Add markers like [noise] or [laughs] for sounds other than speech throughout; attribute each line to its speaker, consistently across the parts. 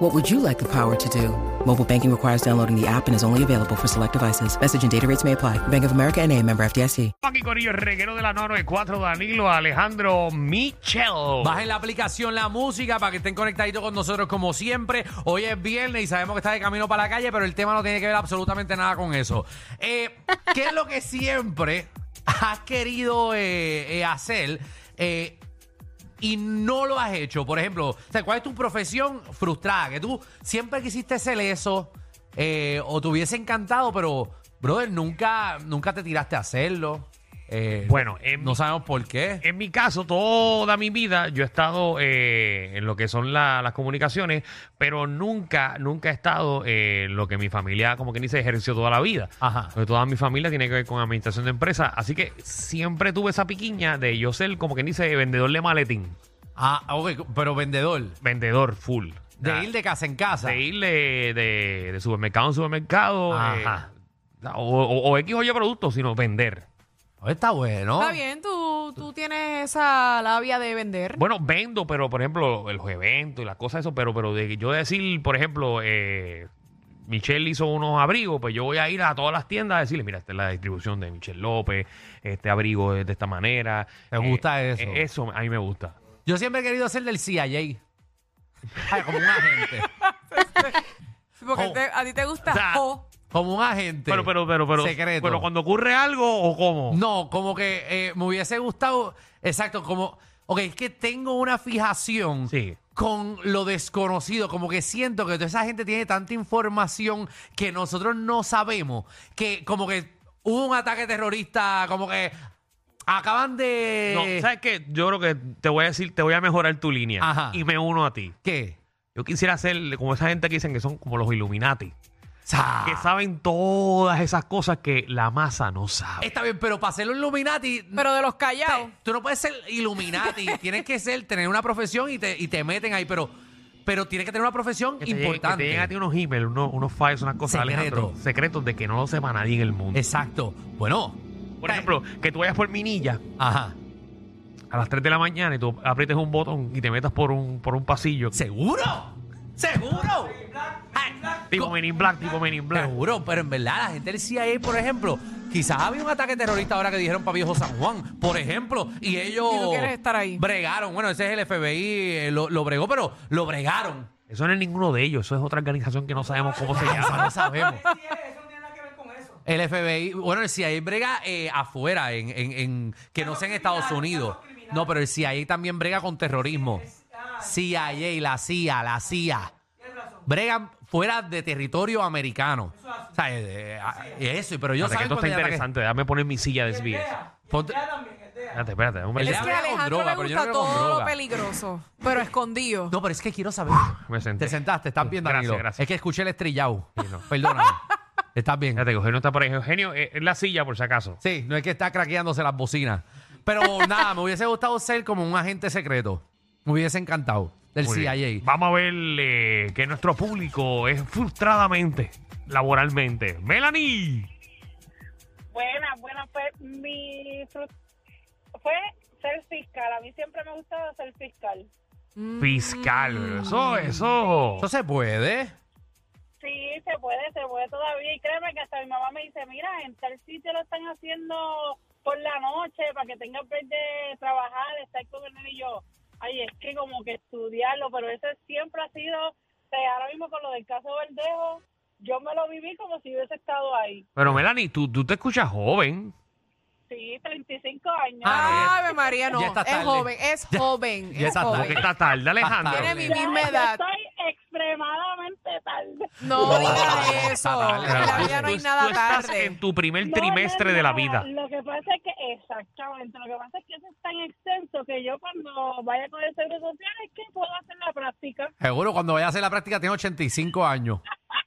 Speaker 1: What would you like the power to do? Mobile banking requires downloading the app and is only available for select devices. Message and data rates may apply. Bank of America and a member FDIC.
Speaker 2: Aquí con ellos, reguero de la 994, Danilo Alejandro Michel.
Speaker 3: Bajen la aplicación La Música para que estén conectaditos con nosotros como siempre. Hoy es viernes y sabemos que está de camino para la calle, pero el tema no tiene que ver absolutamente nada con eso. Eh, ¿Qué es lo que siempre has querido eh, eh, hacer eh, y no lo has hecho? Por ejemplo, o sea, ¿cuál es tu profesión frustrada? Que tú siempre quisiste ser eso eh, o te hubiese encantado, pero, brother, nunca, nunca te tiraste a hacerlo. Eh,
Speaker 2: Bueno, en
Speaker 3: no sabemos por qué.
Speaker 2: En mi caso, toda mi vida yo he estado eh, en lo que son la- las comunicaciones, pero nunca, nunca he estado eh, en lo que mi familia, como quien dice, ejerció toda la vida.
Speaker 3: Ajá.
Speaker 2: Porque toda mi familia tiene que ver con administración de empresas. Así que siempre tuve esa piquiña de yo ser, como quien dice, vendedor de maletín.
Speaker 3: Ah, ok, pero vendedor.
Speaker 2: Vendedor full.
Speaker 3: De
Speaker 2: Ah,
Speaker 3: ir de casa en casa.
Speaker 2: de ir de, de- de supermercado en supermercado.
Speaker 3: Ajá.
Speaker 2: eh, o, o- o X o Y producto, sino vender.
Speaker 3: Oh, Está bueno.
Speaker 4: Está bien, tú, tú tienes esa labia de vender.
Speaker 2: Bueno, vendo, pero por ejemplo, los eventos y las cosas, eso, pero, pero de yo decir, por ejemplo, eh, Michelle hizo unos abrigos, pues yo voy a ir a todas las tiendas a decirle, mira, esta es la distribución de Michelle López, este abrigo es de esta manera.
Speaker 3: ¿Te gusta eso?
Speaker 2: eh, Eso a mí me gusta.
Speaker 3: Yo siempre he querido ser del CIA. Ay, como un agente.
Speaker 4: Porque
Speaker 3: jo.
Speaker 4: te- a ti te gusta
Speaker 2: O sea,
Speaker 4: jo.
Speaker 3: Como un agente.
Speaker 2: Pero, pero, pero, pero,
Speaker 3: Secreto.
Speaker 2: pero cuando ocurre algo o cómo.
Speaker 3: No, como que eh, me hubiese gustado. Exacto, como. Ok, es que tengo una fijación
Speaker 2: Sí.
Speaker 3: con lo desconocido. Como que siento que toda esa gente tiene tanta información que nosotros no sabemos. Que como que hubo un ataque terrorista, como que acaban de.
Speaker 2: No, ¿sabes qué? Yo creo que te voy a decir, te voy a mejorar tu línea
Speaker 3: Ajá.
Speaker 2: y me uno a ti.
Speaker 3: ¿Qué?
Speaker 2: Yo quisiera ser como esa gente que dicen que son como los Illuminati,
Speaker 3: Sa-
Speaker 2: que saben todas esas cosas que la masa no sabe.
Speaker 3: Está bien, pero para ser un Illuminati.
Speaker 4: Pero de los callados.
Speaker 3: Te- Tú no puedes ser
Speaker 4: [laughs]
Speaker 3: Illuminati, tienes que ser, tener una profesión y te, y te meten ahí, pero, pero tienes que tener una profesión
Speaker 2: Que te lleguen- que
Speaker 3: importante.
Speaker 2: te lleguen a ti unos emails, unos, unos files, unas cosas,
Speaker 3: Secreto.
Speaker 2: Alejandro, secretos de que no lo sepa nadie en el mundo.
Speaker 3: Exacto. Bueno.
Speaker 2: Por ejemplo, que tú vayas por Minilla
Speaker 3: Ajá.
Speaker 2: a las 3 de la mañana y tú aprietes un botón y te metas por un, por un pasillo.
Speaker 3: ¿Seguro? ¿Seguro? Ay,
Speaker 2: Tipo
Speaker 3: co-
Speaker 2: Men in Black, tipo Men in Black.
Speaker 3: Seguro, pero en verdad la gente del CIA, por ejemplo, quizás había un ataque terrorista ahora que dijeron para viejo San Juan, por ejemplo, y ellos
Speaker 4: Y tú quieres estar ahí.
Speaker 3: bregaron. Bueno, ese es el FBI, eh, lo, lo bregó, pero lo bregaron.
Speaker 2: Eso no es ninguno de ellos, eso es otra organización que no sabemos cómo se
Speaker 3: Eso
Speaker 2: llama.
Speaker 3: no sabemos. El FBI, bueno, el CIA brega eh, afuera, en, en- en- que no sea en Estados Unidos. No, pero el CIA también brega con terrorismo. CIA, la CIA, la CIA. Bregan fuera de territorio americano. O sea, eh, eh, ah, eso, pero yo
Speaker 2: Espérate, que esto está interesante, déjame poner mi silla de SBS. Espérate, espérate, un
Speaker 3: El
Speaker 2: momento.
Speaker 4: es
Speaker 3: ya
Speaker 4: que
Speaker 3: brega
Speaker 4: a
Speaker 3: con
Speaker 4: Alejandro
Speaker 3: droga,
Speaker 4: le
Speaker 3: pero yo no
Speaker 4: gusta
Speaker 3: brego con
Speaker 4: todo
Speaker 3: droga.
Speaker 4: lo peligroso, pero escondido.
Speaker 3: No, pero es que quiero saber.
Speaker 2: Me senté.
Speaker 3: Te sentaste, estás bien,
Speaker 2: Gracias,
Speaker 3: Danilo.
Speaker 2: gracias.
Speaker 3: Es que escuché el estrellado. Perdóname. Estás bien.
Speaker 2: Fíjate que Eugenio está por ahí. Eugenio, eh, es la silla por si acaso.
Speaker 3: Sí, no es que está craqueándose las bocinas.
Speaker 2: [laughs]
Speaker 3: Pero nada, me hubiese gustado ser como un agente secreto. Me hubiese encantado. Del
Speaker 2: Muy
Speaker 3: CIA.
Speaker 2: bien. Vamos a ver eh, que nuestro público es frustradamente, laboralmente. Melanie.
Speaker 5: Buenas, buenas. Fue mi fru- fue ser fiscal. A mí siempre me ha gustado ser fiscal.
Speaker 2: Fiscal, bro. eso, eso.
Speaker 3: Eso se puede.
Speaker 5: Sí, se puede, se puede todavía. Y créeme que hasta mi mamá me dice, mira, en tal sitio lo están haciendo por la noche para que tengas vez de trabajar, estar con el nene". y yo. Ay, es que como que estudiarlo, pero ese siempre ha sido, o sea, ahora mismo con lo del caso Verdejo, yo me lo viví como si hubiese estado ahí.
Speaker 2: Pero Melanie, tú, tú te escuchas joven.
Speaker 5: Sí, 35 años.
Speaker 3: Ah,
Speaker 4: Ave María, no.
Speaker 3: Ya está
Speaker 4: Es
Speaker 3: tarde.
Speaker 4: joven, es joven,
Speaker 3: ya
Speaker 4: es
Speaker 3: está
Speaker 2: Porque
Speaker 4: joven.
Speaker 2: está tarde, Alejandro.
Speaker 3: Está tarde.
Speaker 4: Tiene mi
Speaker 5: Ya,
Speaker 4: misma
Speaker 5: yo
Speaker 4: edad.
Speaker 5: Estoy extremadamente tarde.
Speaker 4: No digas
Speaker 3: está
Speaker 4: eso.
Speaker 3: tarde.
Speaker 4: En la vida no
Speaker 2: Tú-
Speaker 4: hay
Speaker 2: tú
Speaker 4: nada
Speaker 2: estás
Speaker 4: tarde.
Speaker 2: en tu primer
Speaker 5: No,
Speaker 2: trimestre
Speaker 5: no,
Speaker 2: de la
Speaker 5: no.
Speaker 2: vida.
Speaker 5: Lo que pasa es que, exactamente, lo que pasa es que eso es tan extenso que yo cuando vaya con el seguro social es que puedo hacer la práctica
Speaker 3: Seguro, cuando vaya a hacer la práctica tiene 85 años.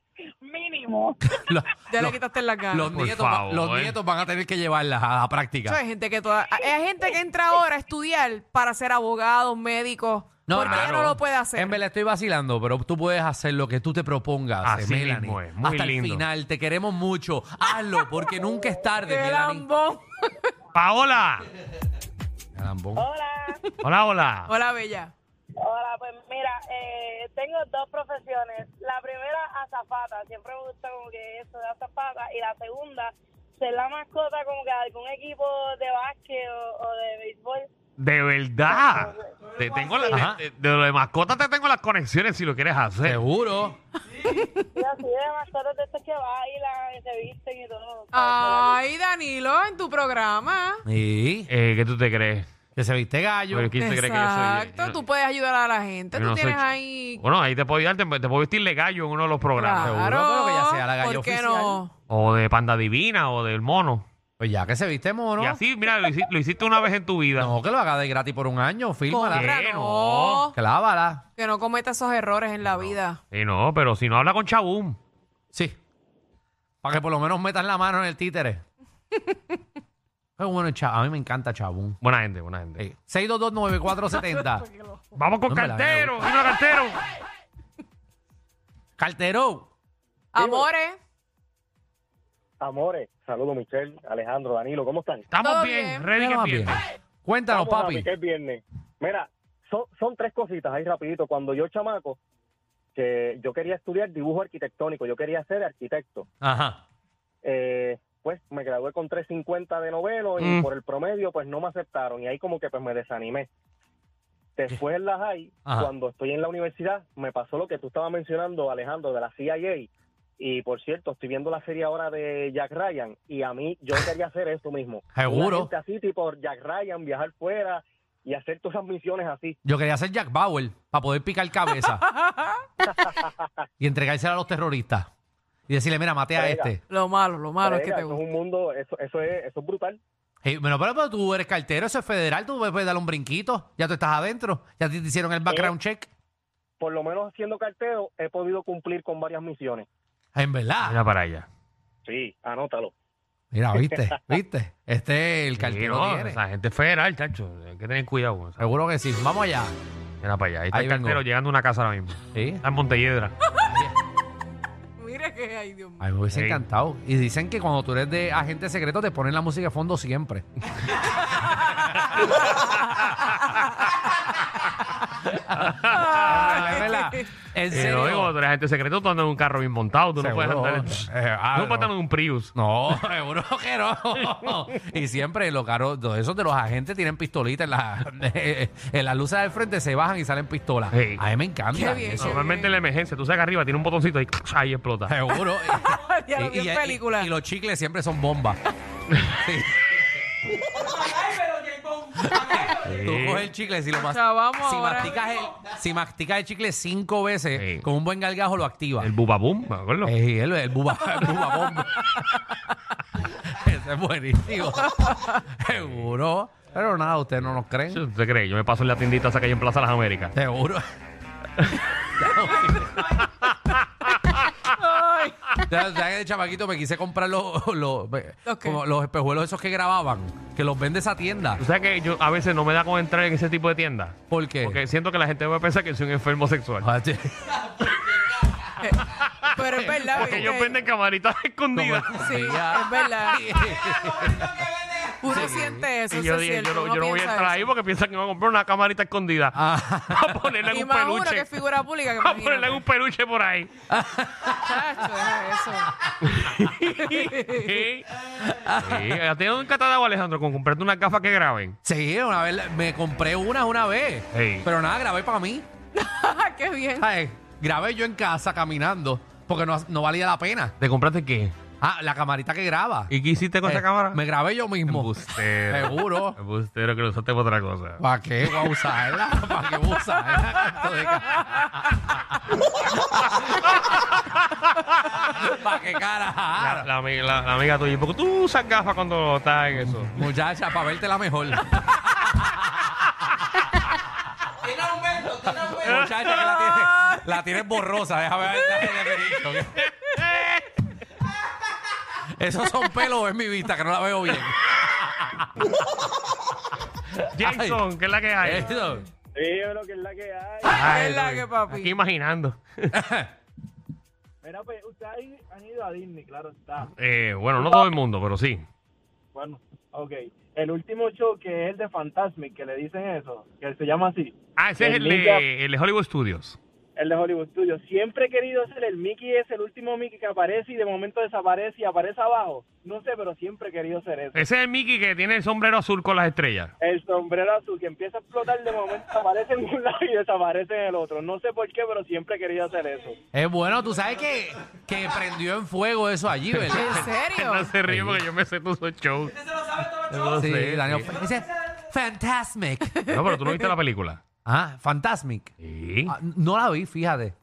Speaker 3: [laughs]
Speaker 5: mínimo.
Speaker 2: [laughs]
Speaker 5: primo.
Speaker 3: Los,
Speaker 4: Ya
Speaker 3: los-
Speaker 4: le quitaste la cara.
Speaker 3: los
Speaker 2: Por
Speaker 3: nietos, va-
Speaker 2: favor.
Speaker 3: los nietos van a tener que llevarlas a la
Speaker 4: Eso
Speaker 3: práctica.
Speaker 4: hay gente que toda, hay gente que entra ahora a estudiar para ser abogados, médicos, porque ya no
Speaker 3: claro.
Speaker 4: lo puede hacer.
Speaker 3: En verdad estoy vacilando, pero tú puedes hacer lo que tú te propongas, eh,
Speaker 2: Así
Speaker 3: Melanie.
Speaker 2: mismo es, muy
Speaker 3: Hasta
Speaker 2: lindo.
Speaker 3: el final, te queremos mucho. Hazlo, porque nunca es tarde,
Speaker 4: ¡Qué
Speaker 3: Melanie.
Speaker 4: lambón!
Speaker 2: Paola.
Speaker 3: Qué lambón.
Speaker 5: Hola.
Speaker 2: Hola, hola.
Speaker 4: [laughs] Hola, Bella.
Speaker 5: Hola, pues mira, eh, tengo dos profesiones. La primera, azafata. Siempre me gusta como que eso de azafata. Y la segunda, ser la mascota como que de algún equipo de básquet o, o de béisbol.
Speaker 2: De verdad. Te tengo la-
Speaker 3: Ajá.
Speaker 2: de, de lo de mascota te tengo las conexiones si lo quieres hacer.
Speaker 3: Seguro.
Speaker 5: Y así de mascotas de estos que bailan y se visten y todo.
Speaker 4: Ay, Danilo, en tu programa.
Speaker 3: Y
Speaker 2: Eh, ¿Qué tú te crees?
Speaker 3: que se viste gallo.
Speaker 2: Pero ¿quién se cree que yo soy?
Speaker 4: Exacto,
Speaker 2: Yo-
Speaker 4: tú puedes ayudar a la gente.
Speaker 2: yo
Speaker 4: Tú
Speaker 2: no soy
Speaker 4: tienes
Speaker 2: ch-
Speaker 4: ahí.
Speaker 2: Bueno, ahí te puedo ayudar, te, te puedo vestir de gallo en uno de los programas.
Speaker 3: Claro. pero que ya sea la gallo
Speaker 4: ¿Por qué
Speaker 3: oficial.
Speaker 4: no?
Speaker 2: O de panda divina o del mono.
Speaker 3: Pues ya que se viste mono.
Speaker 2: Y así, mira, lo hici- lo hiciste, una vez en tu vida.
Speaker 3: No, que lo haga de gratis por un año, fírmala.
Speaker 4: Contra,
Speaker 2: ¿Qué?
Speaker 4: no.
Speaker 3: Clávala.
Speaker 4: Que no cometa esos errores en la vida.
Speaker 2: Y no, pero si no habla con Chabum.
Speaker 3: Sí. Para que por lo menos metas la mano en el títere. Qué bueno, cha- a mí me encanta Chabón.
Speaker 2: Buena gente, buena gente.
Speaker 3: Eh, 6229470.
Speaker 2: Vamos con
Speaker 3: No, en verdad,
Speaker 2: cartero, vino cartero.
Speaker 3: Cartero.
Speaker 4: Amores,
Speaker 6: Amores, saludos Michelle, Alejandro, Danilo, ¿cómo están?
Speaker 2: Estamos
Speaker 4: Todo
Speaker 2: bien,
Speaker 4: bien.
Speaker 2: ready
Speaker 3: Mira,
Speaker 2: que
Speaker 3: más bien.
Speaker 2: empiece.
Speaker 3: Cuéntanos,
Speaker 6: Vamos,
Speaker 3: papi.
Speaker 6: mami, que es viernes. Mira, son, son tres cositas ahí rapidito. Cuando yo chamaco, que yo quería estudiar dibujo arquitectónico, yo quería ser arquitecto.
Speaker 3: Ajá.
Speaker 6: Eh, pues me gradué con 3.50 de noveno y
Speaker 2: Mm.
Speaker 6: por el promedio pues no me aceptaron y ahí como que pues me desanimé. Después en la high,
Speaker 3: Ajá.
Speaker 6: cuando estoy en la universidad, me pasó lo que tú estabas mencionando, Alejandro, de la CIA. Y por cierto, estoy viendo la serie ahora de Jack Ryan y a mí yo quería hacer eso mismo.
Speaker 3: Seguro.
Speaker 6: Una gente así tipo Jack Ryan, viajar fuera y hacer todas esas misiones así.
Speaker 3: Yo quería ser Jack Bauer para poder picar cabeza y entregársela a los terroristas. Y decirle, mira, mate a
Speaker 6: Oiga.
Speaker 3: este.
Speaker 4: lo malo, lo malo es que
Speaker 6: Colega,
Speaker 4: te
Speaker 6: eso
Speaker 4: gusta.
Speaker 6: es un mundo, eso, eso, es, eso es brutal.
Speaker 3: Eh, bueno, pero, pero tú eres cartero, eso es federal, tú puedes darle un brinquito, ya tú estás adentro, ya te hicieron el background check.
Speaker 6: Por lo menos haciendo cartero he podido cumplir con varias misiones.
Speaker 3: Ah, En verdad.
Speaker 2: Mira para allá.
Speaker 6: Sí, anótalo.
Speaker 2: [laughs]
Speaker 3: Mira, viste, viste. Este el cartero
Speaker 2: Sí, no,
Speaker 3: tiene.
Speaker 2: Esa gente es federal, chacho. Hay que tener cuidado con esa-
Speaker 3: Seguro que sí. Vamos allá.
Speaker 2: Mira para allá. Ahí está
Speaker 3: Ahí
Speaker 2: el
Speaker 3: vengo.
Speaker 2: cartero llegando a una casa ahora mismo.
Speaker 3: Sí.
Speaker 2: Está en Montelledra.
Speaker 4: Mira que ay, Dios mío.
Speaker 3: A mí me hubiese
Speaker 2: Sí.
Speaker 3: encantado. Y dicen que cuando tú eres de agente secreto te ponen la música de
Speaker 2: [laughs]
Speaker 3: fondo siempre.
Speaker 4: Ay.
Speaker 3: Es verdad. En
Speaker 2: Eh, lo digo,
Speaker 3: serio.
Speaker 2: tú eres gente secreto, tú andas en un carro bien montado. Tú no
Speaker 3: Seguro.
Speaker 2: puedes andar en,
Speaker 3: Eh, ah,
Speaker 2: tú no puedes
Speaker 3: no.
Speaker 2: andar en un Prius.
Speaker 3: No, seguro que no. y siempre los carros, los- esos de los agentes tienen pistolitas en, la, [laughs] en las luces del frente, se bajan y salen pistolas.
Speaker 2: Sí.
Speaker 3: A mí me encanta.
Speaker 4: Qué bien,
Speaker 3: eso.
Speaker 4: qué
Speaker 2: Normalmente en la emergencia, tú sacas arriba, tiene un botoncito y ahí explota.
Speaker 4: [laughs]
Speaker 3: Seguro.
Speaker 4: Ya lo vi en película.
Speaker 3: y los chicles siempre son bombas. Sí. [laughs] Tú
Speaker 2: Sí.
Speaker 3: coges el chicle si lo mas-
Speaker 4: sea, vamos
Speaker 3: si
Speaker 4: ahora.
Speaker 3: masticas el, si masticas el chicle cinco veces
Speaker 2: Sí.
Speaker 3: con un buen galgajo lo activa.
Speaker 2: El bubabum, ¿me acuerdo?
Speaker 3: Ey, el, el buba, el bubabombo. [laughs] Ese es
Speaker 4: [laughs]
Speaker 3: buenísimo. Seguro. Pero nada, ustedes no nos creen.
Speaker 2: Sí, ¿Usted cree? Yo me paso en la tiendita esa que hay en Plaza Las Américas.
Speaker 3: Seguro.
Speaker 4: Ay.
Speaker 3: Ya, ya que de chamaquito me quise comprar los, los,
Speaker 4: ¿Los qué?
Speaker 3: como los espejuelos esos que grababan, que los vende esa tienda.
Speaker 2: ¿Tú sabes que yo a veces no me da con entrar en ese tipo de tiendas?
Speaker 3: ¿Por qué? [laughs]
Speaker 2: Porque siento que la gente va a pensar que soy un enfermo sexual.
Speaker 3: Ah, sí.
Speaker 4: [laughs] Pero es verdad,
Speaker 2: Porque
Speaker 4: ¿viste?
Speaker 2: ellos venden camaritas
Speaker 3: Como-
Speaker 2: escondidas.
Speaker 4: Sí,
Speaker 3: Ya.
Speaker 2: [laughs]
Speaker 4: es verdad. Uno siente eso,
Speaker 2: Y yo
Speaker 4: eso es
Speaker 2: dije,
Speaker 4: cierto,
Speaker 2: yo, no-
Speaker 4: uno
Speaker 2: yo no voy a
Speaker 4: piensa
Speaker 2: entrar ahí
Speaker 4: eso.
Speaker 2: porque piensan que me voy a comprar una camarita escondida.
Speaker 3: Ah.
Speaker 2: [laughs] a ponerla
Speaker 4: Y
Speaker 2: en un
Speaker 4: más uno que
Speaker 2: peluche.
Speaker 4: es figura pública.
Speaker 2: [laughs]
Speaker 4: Que
Speaker 2: a ponerla en
Speaker 4: imagínate.
Speaker 2: un peluche por ahí. [laughs]
Speaker 4: Chacho, deja eso.
Speaker 2: Sí. ¿A ti nunca te ha dado, Alejandro, con comprarte unas gafas que graben?
Speaker 3: Sí, una vez la- me compré unas una vez.
Speaker 2: Ey.
Speaker 3: Pero nada, grabé para mí.
Speaker 4: [laughs] Qué bien.
Speaker 3: ¿Sabes? Grabé yo en casa caminando porque no, no valía la pena.
Speaker 2: ¿Te compraste qué?
Speaker 3: Ah, la camarita que graba.
Speaker 2: ¿Y qué hiciste con
Speaker 3: Eh,
Speaker 2: esa cámara?
Speaker 3: Me grabé yo mismo.
Speaker 2: Embustero.
Speaker 3: Seguro.
Speaker 2: Embustero que lo usaste para otra cosa.
Speaker 3: ¿Para qué voy a usarla? [laughs] ¿Para qué voy a usarla? [laughs] ¿Para qué
Speaker 2: La,
Speaker 3: carajo?
Speaker 2: la ami- la- la amiga tuya, porque tú usas gafas cuando estás en eso.
Speaker 3: Muchacha, para verte
Speaker 2: [laughs]
Speaker 3: la mejor. Tiene aumento, tiene aumento. Muchacha, que la tienes, la tienes borrosa. Déjame ver. déjame ver. ¿Esos son pelos o es mi vista que no la veo bien?
Speaker 2: Jason, ¿qué es la que hay?
Speaker 3: Eso.
Speaker 6: Dímelo que es la que hay.
Speaker 4: Ay,
Speaker 2: Ay,
Speaker 4: es la
Speaker 2: Luis,
Speaker 4: que, papi.
Speaker 2: Aquí imaginando.
Speaker 6: Mira, pues ustedes han ido a Disney, claro está.
Speaker 2: Eh, bueno, no todo el mundo, pero sí.
Speaker 6: Bueno, ok. El último show que es el de Fantasmic, que le dicen eso, que se llama así,
Speaker 2: Ah, ese es el de, el de Hollywood Studios.
Speaker 6: el de Hollywood Studios. Siempre he querido ser el Mickey, es el último Mickey que aparece y de momento desaparece y aparece abajo. No sé, pero siempre he querido ser eso.
Speaker 2: Ese es el Mickey que tiene el sombrero azul con las estrellas.
Speaker 6: El sombrero azul que empieza a explotar de momento aparece en un lado y desaparece en el otro. No sé por qué, pero siempre he querido hacer eso.
Speaker 3: Es bueno, tú sabes que, que prendió en fuego eso allí,
Speaker 4: ¿En
Speaker 3: ¿verdad?
Speaker 4: serio?
Speaker 2: No se ríe porque yo me sé tus shows. No
Speaker 3: Sí,
Speaker 2: sé.
Speaker 3: Daniel. Ese- Fantasmic.
Speaker 2: No, pero tú no viste la película.
Speaker 3: Ah, Fantasmic.
Speaker 2: Sí.
Speaker 3: Ah, no la vi, fíjate.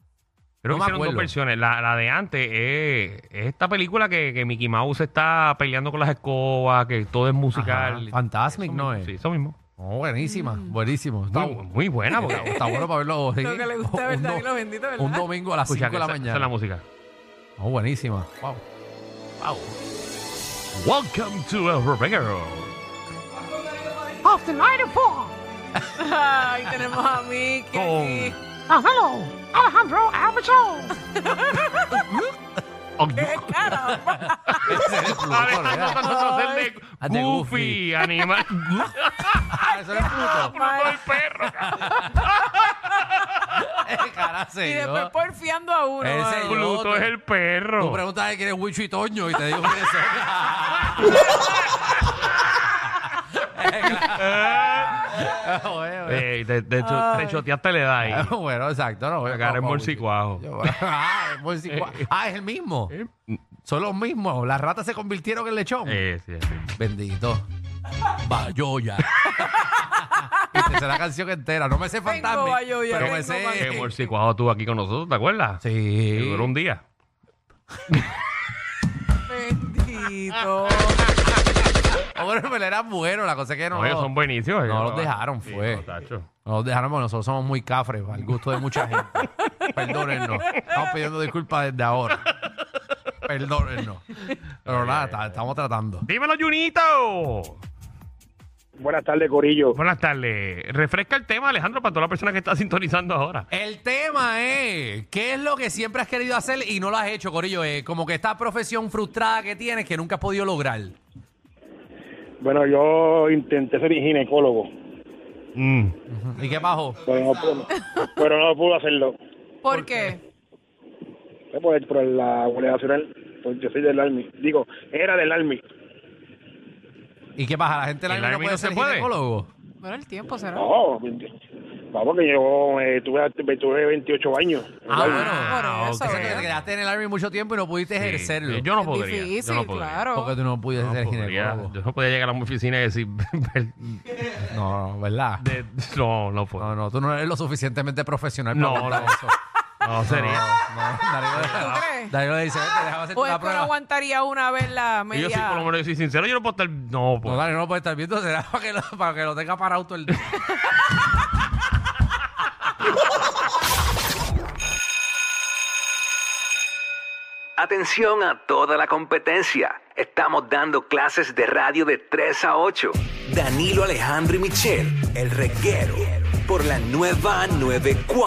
Speaker 2: Creo
Speaker 3: no
Speaker 2: que
Speaker 3: me
Speaker 2: hicieron dos
Speaker 3: acuerdo.
Speaker 2: versiones. La, la de antes es, es esta película que, que Mickey Mouse está peleando con las escobas, que todo es musical.
Speaker 3: Ajá, Fantasmic
Speaker 2: Eso
Speaker 3: no
Speaker 2: mismo,
Speaker 3: es.
Speaker 2: Sí, eso mismo.
Speaker 3: Oh, buenísima, buenísimo. Está,
Speaker 2: Muy, muy buena, porque
Speaker 3: Ah,
Speaker 4: [laughs]
Speaker 3: está bueno para verlo.
Speaker 4: Lo que le gusta ver
Speaker 3: do-
Speaker 4: Danilo Bendito, ¿verdad?
Speaker 3: un domingo a las 5
Speaker 2: escucha,
Speaker 3: de
Speaker 2: que
Speaker 3: la
Speaker 2: esa- esa es
Speaker 3: mañana.
Speaker 2: la música.
Speaker 3: Oh, buenísima. Wow. Wow.
Speaker 2: Welcome to El Reguero.
Speaker 7: of the night of four.
Speaker 4: Ay, tenemos a Mickey. aquí. [laughs]
Speaker 7: Uh, hello, Alejandro Alberto.
Speaker 2: Oh,
Speaker 4: ¡Qué cara!
Speaker 3: Ese [laughs] es el Pluto,
Speaker 2: Alejandro
Speaker 3: ¿verdad?
Speaker 2: tratando de hacerle
Speaker 3: Ah, de Goofy.
Speaker 2: Goofy, [laughs]
Speaker 3: [laughs]
Speaker 2: animal.
Speaker 3: Ah, Eso es
Speaker 4: [laughs]
Speaker 3: Pluto.
Speaker 2: Todo el perro.
Speaker 3: Cara,
Speaker 4: Y
Speaker 3: señor.
Speaker 4: después porfiando a uno.
Speaker 3: Ese
Speaker 4: mano.
Speaker 3: yo-
Speaker 2: Pluto es el
Speaker 3: Tú
Speaker 2: perro.
Speaker 3: preguntas quién es Wicho y Toño y te digo quién es.
Speaker 2: Eh, te, te, cho- te choteaste la edad ahí.
Speaker 3: [laughs] bueno, exacto. No,
Speaker 2: La cara es
Speaker 3: no,
Speaker 2: morcicuajo.
Speaker 3: Yo- [laughs] Ah, es morcicuajo. Ah, es el mismo. Son los mismos. Las ratas se convirtieron en lechón.
Speaker 2: Eh, sí, sí.
Speaker 3: Bendito. Bayoya. Esa es la canción entera. No me sé fantasma.
Speaker 4: Bayoya,
Speaker 3: Pero me
Speaker 4: tengo
Speaker 2: Que
Speaker 3: sé.
Speaker 2: morcicuado tú aquí con nosotros, ¿te acuerdas? Que
Speaker 3: Sí.
Speaker 2: duró un día. [laughs]
Speaker 4: Bendito.
Speaker 3: Hombre, pero era bueno. La cosa es que no.
Speaker 2: No, ellos son buenísimos.
Speaker 3: no
Speaker 2: ellos-
Speaker 3: los dejaron, fue.
Speaker 2: no, tacho.
Speaker 3: Nos dejaron, porque nosotros somos muy cafres, al gusto de mucha gente. Perdónennos. Estamos pidiendo disculpas desde ahora. Perdónennos. Pero nada, ta- estamos tratando.
Speaker 2: Dímelo, Junito.
Speaker 6: Buenas tardes, Corillo.
Speaker 2: Buenas tardes. Refresca el tema, Alejandro, para toda la persona que está sintonizando ahora.
Speaker 3: El tema es, ¿qué es lo que siempre has querido hacer y no lo has hecho, Corillo? Eh, como que esta profesión frustrada que tienes que nunca has podido lograr.
Speaker 6: Bueno, yo intenté ser ginecólogo,
Speaker 2: Mm.
Speaker 3: ¿Y qué bajo?
Speaker 6: pero no pude, pero no pude hacerlo.
Speaker 4: ¿Por qué?
Speaker 6: Fue ¿eh? Por, por la Guardia Nacional, porque yo soy del Army. Digo, era del Army.
Speaker 3: ¿Y qué pasa? ¿La gente de la
Speaker 2: ¿El
Speaker 3: isla no
Speaker 2: Army
Speaker 3: puede
Speaker 2: no se
Speaker 3: ser
Speaker 2: puede?
Speaker 3: ginecólogo?
Speaker 4: Bueno, el tiempo será.
Speaker 6: No, vamos que yo eh, tuve, tuve 28 años.
Speaker 3: Ah, bueno.
Speaker 4: por eso,
Speaker 3: O sea,
Speaker 4: ¿verdad?
Speaker 3: que te quedaste en el Army mucho tiempo y no pudiste
Speaker 2: Sí.
Speaker 3: ejercerlo.
Speaker 2: Yo no
Speaker 4: Es
Speaker 2: podría.
Speaker 4: difícil,
Speaker 2: yo no podría.
Speaker 4: claro.
Speaker 3: Porque tú no pudiste
Speaker 2: No pues,
Speaker 3: ser
Speaker 2: podría.
Speaker 3: ginecólogo.
Speaker 2: Yo no podía llegar a mi oficina y decir. [laughs]
Speaker 3: No, no, ¿verdad?
Speaker 2: de- no, no puedo.
Speaker 3: No, no, tú no eres lo suficientemente profesional
Speaker 2: No,
Speaker 3: para aguantar
Speaker 2: no.
Speaker 3: eso.
Speaker 2: No sería.
Speaker 3: No, no, Darío le-
Speaker 4: ¿Tú crees?
Speaker 3: Darío le dice, vete, déjame hacerte
Speaker 4: Pues
Speaker 3: una
Speaker 4: esto no
Speaker 3: prueba.
Speaker 4: aguantaría una vez la
Speaker 2: Y Yo sí, por lo
Speaker 4: media.
Speaker 2: menos, yo soy sincero, yo no puedo estar. No, pues.
Speaker 3: No,
Speaker 2: puedo.
Speaker 3: Darío no puede estar viendo, [laughs] será para que lo, para que lo tenga parado todo el día.
Speaker 8: Atención a toda la competencia. Estamos dando clases de radio de 3 a 8. Danilo Alejandro y Michel, el reguero, por la nueva 94.